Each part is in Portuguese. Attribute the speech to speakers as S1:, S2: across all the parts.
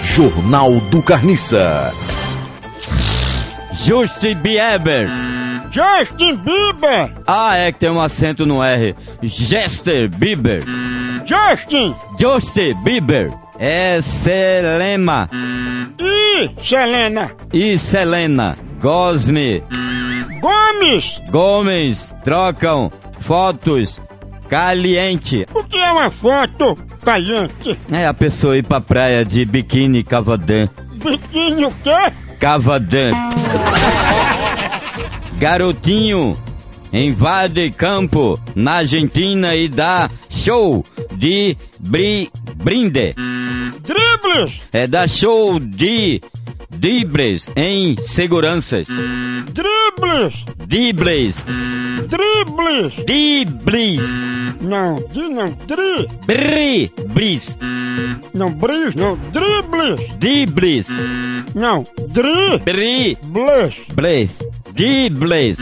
S1: Jornal do Carniça.
S2: Justin Bieber.
S3: Justin Bieber!
S2: Ah, é que tem um acento no R. Jester Bieber.
S3: Justin!
S2: Justin Bieber. É Selema
S3: E Selena
S2: e Selena Gosme
S3: Gomes!
S2: Gomes trocam fotos caliente.
S3: O que é uma foto caliente?
S2: É a pessoa ir pra praia de biquíni cavadã.
S3: Biquíni o quê?
S2: Cavadã. Garotinho invade campo na Argentina e dá show de bri brinde.
S3: Dribles!
S2: É dá show de dribles em seguranças.
S3: Dribles!
S2: Dribles.
S3: Dribles!
S2: Dribles.
S3: Não, de não, dri,
S2: Bri. Bris.
S3: não bris, não, dribles!
S2: Dribles.
S3: Não, dri,
S2: Bri.
S3: bles,
S2: Blaze. Dribles.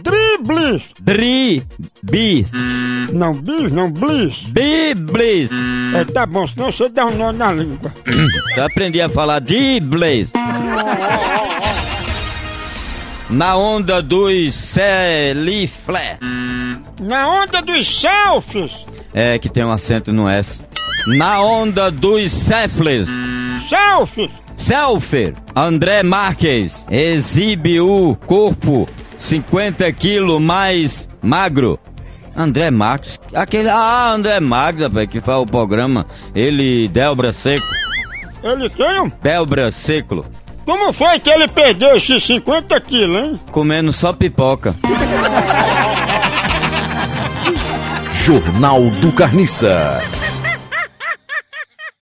S3: dribles!
S2: Dri. Bis.
S3: Não, bis, não, blis!
S2: Dribles.
S3: É, tá bom, senão você dá um nó na língua.
S2: Eu aprendi a falar dribles. Na onda dos celiflé.
S3: Na onda dos selfies!
S2: É que tem um acento no S. Na onda dos cefles.
S3: Selfies!
S2: Selfie. André Marques exibe o corpo 50 quilos mais magro. André Marques, aquele. Ah, André Marques, rapaz, que faz o programa. Ele, Débora Seco.
S3: Ele tem um...
S2: Débora Seco,
S3: Como foi que ele perdeu esses 50 quilos, hein?
S2: comendo só pipoca.
S1: Jornal do Carniça.